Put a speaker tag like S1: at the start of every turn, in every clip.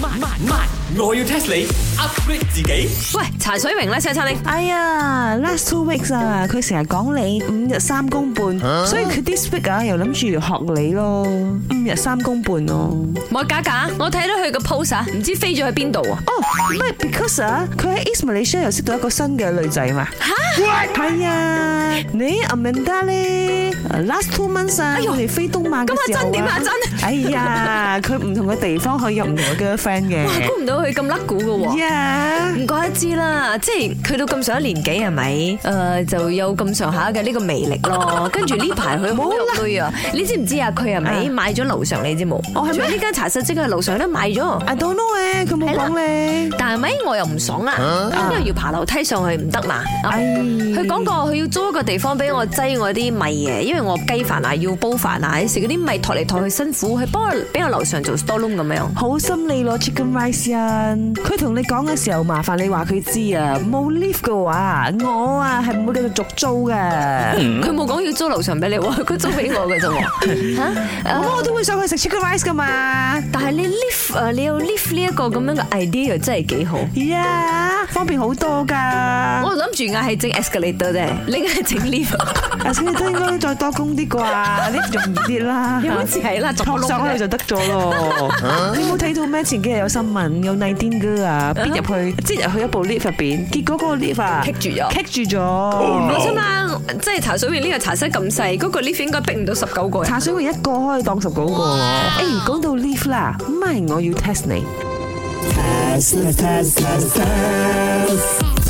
S1: 慢慢慢，我要 test 你 upgrade 自己。
S2: 喂，柴水榮咧，西餐廳
S3: 哎呀，last à, two weeks 啊，佢成日講你五日三公半，所以佢 this week 啊又諗住學你咯，五日三公半咯。
S2: 我假假，啊我睇到佢個 post 啊，唔知飛咗去邊度啊？
S3: 哦，唔係 because 啊，佢喺 East Malaysia 又識到一個新嘅女仔嘛。嚇？係啊，你 Amanda 咧，last two months 啊，我哋飛東馬嘅時
S2: 咁阿珍
S3: 候
S2: 點啊
S3: 啊
S2: 阿珍，
S3: 哎呀，佢唔同嘅地方可以有唔同嘅 girlfriend 嘅
S2: 哇，。估唔到佢咁甩股嘅喎。
S3: 嗯 Yeah。
S2: 唔怪得知啦，即係佢到咁上一年紀係咪？誒、就有咁上下嘅呢個魅力咯。 跟住呢排佢好有居啊！你知唔知啊？佢係咪
S3: 啊
S2: 買咗樓上你知冇？
S3: 哦係咩
S2: 仲有呢間茶室即係樓上都買咗。
S3: I don't know 咧，佢冇講咧。
S2: 但係咪我又唔爽啦，因為要爬樓梯上去唔得嘛。啊
S3: 哎
S2: 佢講過佢要租一個地方俾我擠我啲米嘅，因為我雞飯啊要煲飯啊，有時嗰啲米托嚟托去辛苦，佢幫我俾我樓上做 store room 咁樣。
S3: 好心你攞 chicken rice 啊！佢同你講嘅時候，麻煩你話佢知啊，冇 leave 嘅話，我啊係唔會繼續續租嘅。
S2: 佢冇講要租樓上俾你 喎，佢租俾我嘅啫 喎。嚇誒
S3: 我我都會想去食 chicken rice 噶嘛。
S2: 但係你 lift 誒，你有 lift 呢一個咁樣嘅 idea 真係幾好。
S3: 呀，方便好多啊噶。
S2: 我諗住嗌係整 escalator 啫，你嗌係整 lift，
S3: 阿小你都應該再多工啲啩，lift 容易啲 啦。
S2: 有好似係 啦，
S3: 托上去就得咗咯。
S2: 啊
S3: 你冇睇到咩？前幾日有新聞，有 n 癲哥啊，邊入去，即入去一部 lift 入邊，結果嗰個 lift 啊，
S2: 棘住咗 Oh
S3: 棘住咗。
S2: 我想嘛，即係茶水園呢個茶室咁細，嗰個 lift 應該逼唔到十九個人。
S3: 茶水會一個可以當十九個。誒，講到 leave 啦，唔係我要 test 你。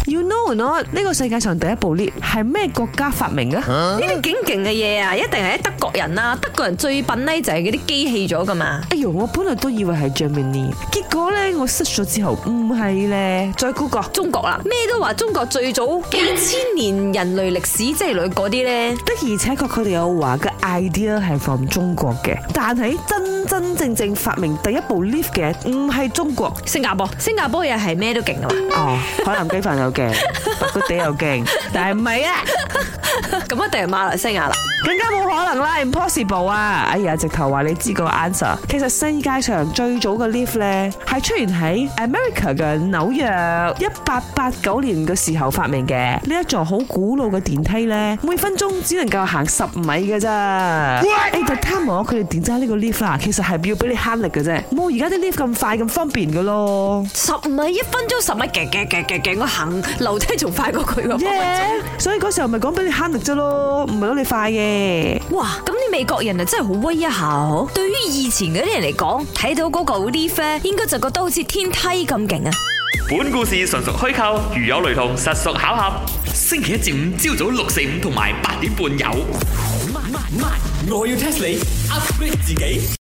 S3: You know or not？呢個世界上第一部 lift 係咩國家發明嘅？
S2: 呢啲勁勁嘅嘢啊，一定係喺德國人啊啦，德國人最笨呢就係嗰啲機器咗噶嘛。
S3: 哎呦，我本來都以為係 Germany，結果咧我 search 咗之後唔係咧，再 Google
S2: 中國啊啦，咩都話中國最早幾千年人類歷史，即係類嗰啲咧，
S3: 的而且確佢哋有話嘅 idea 係 from 中國嘅，但係真真正正發明第一部 lift 嘅唔係中國。
S2: 新加坡，新加坡又係咩都勁啊嘛。
S3: 哦，海南雞飯又勁，白骨地又勁，但係唔係啊。
S2: 咁一定係馬來西亞啦。
S3: 更加冇可能啦，impossible 啊！哎呀，直頭話你知個 answer。其實世界上最早嘅 lift 咧，係出現喺 America 嘅紐約，一八八九年嘅時候發明嘅。呢一座好古老嘅電梯咧，每分鐘只能夠行十米嘅咋。誒，但貪我佢哋點揸呢個 lift 啊，其實係要俾你慳力嘅啫，冇而家啲 lift 咁快咁方便嘅咯。
S2: 十米一分鐘十米，勁勁勁勁勁，我行樓梯仲快過佢喎。
S3: 耶！所以嗰時候咪講俾你慳力啫咯，唔係攞你快嘅。
S2: 哇！咁你美國人啊，真係好威一下嗬。對於以前嗰啲人嚟講，睇到嗰個 lift 咧，應該就覺得好似天梯咁勁啊！
S4: 本故事純屬虛構，如有雷同，實屬巧合。星期一至五朝早六四五同埋八點半有。
S1: 慢慢慢，我要 test 你 upgrade 自己。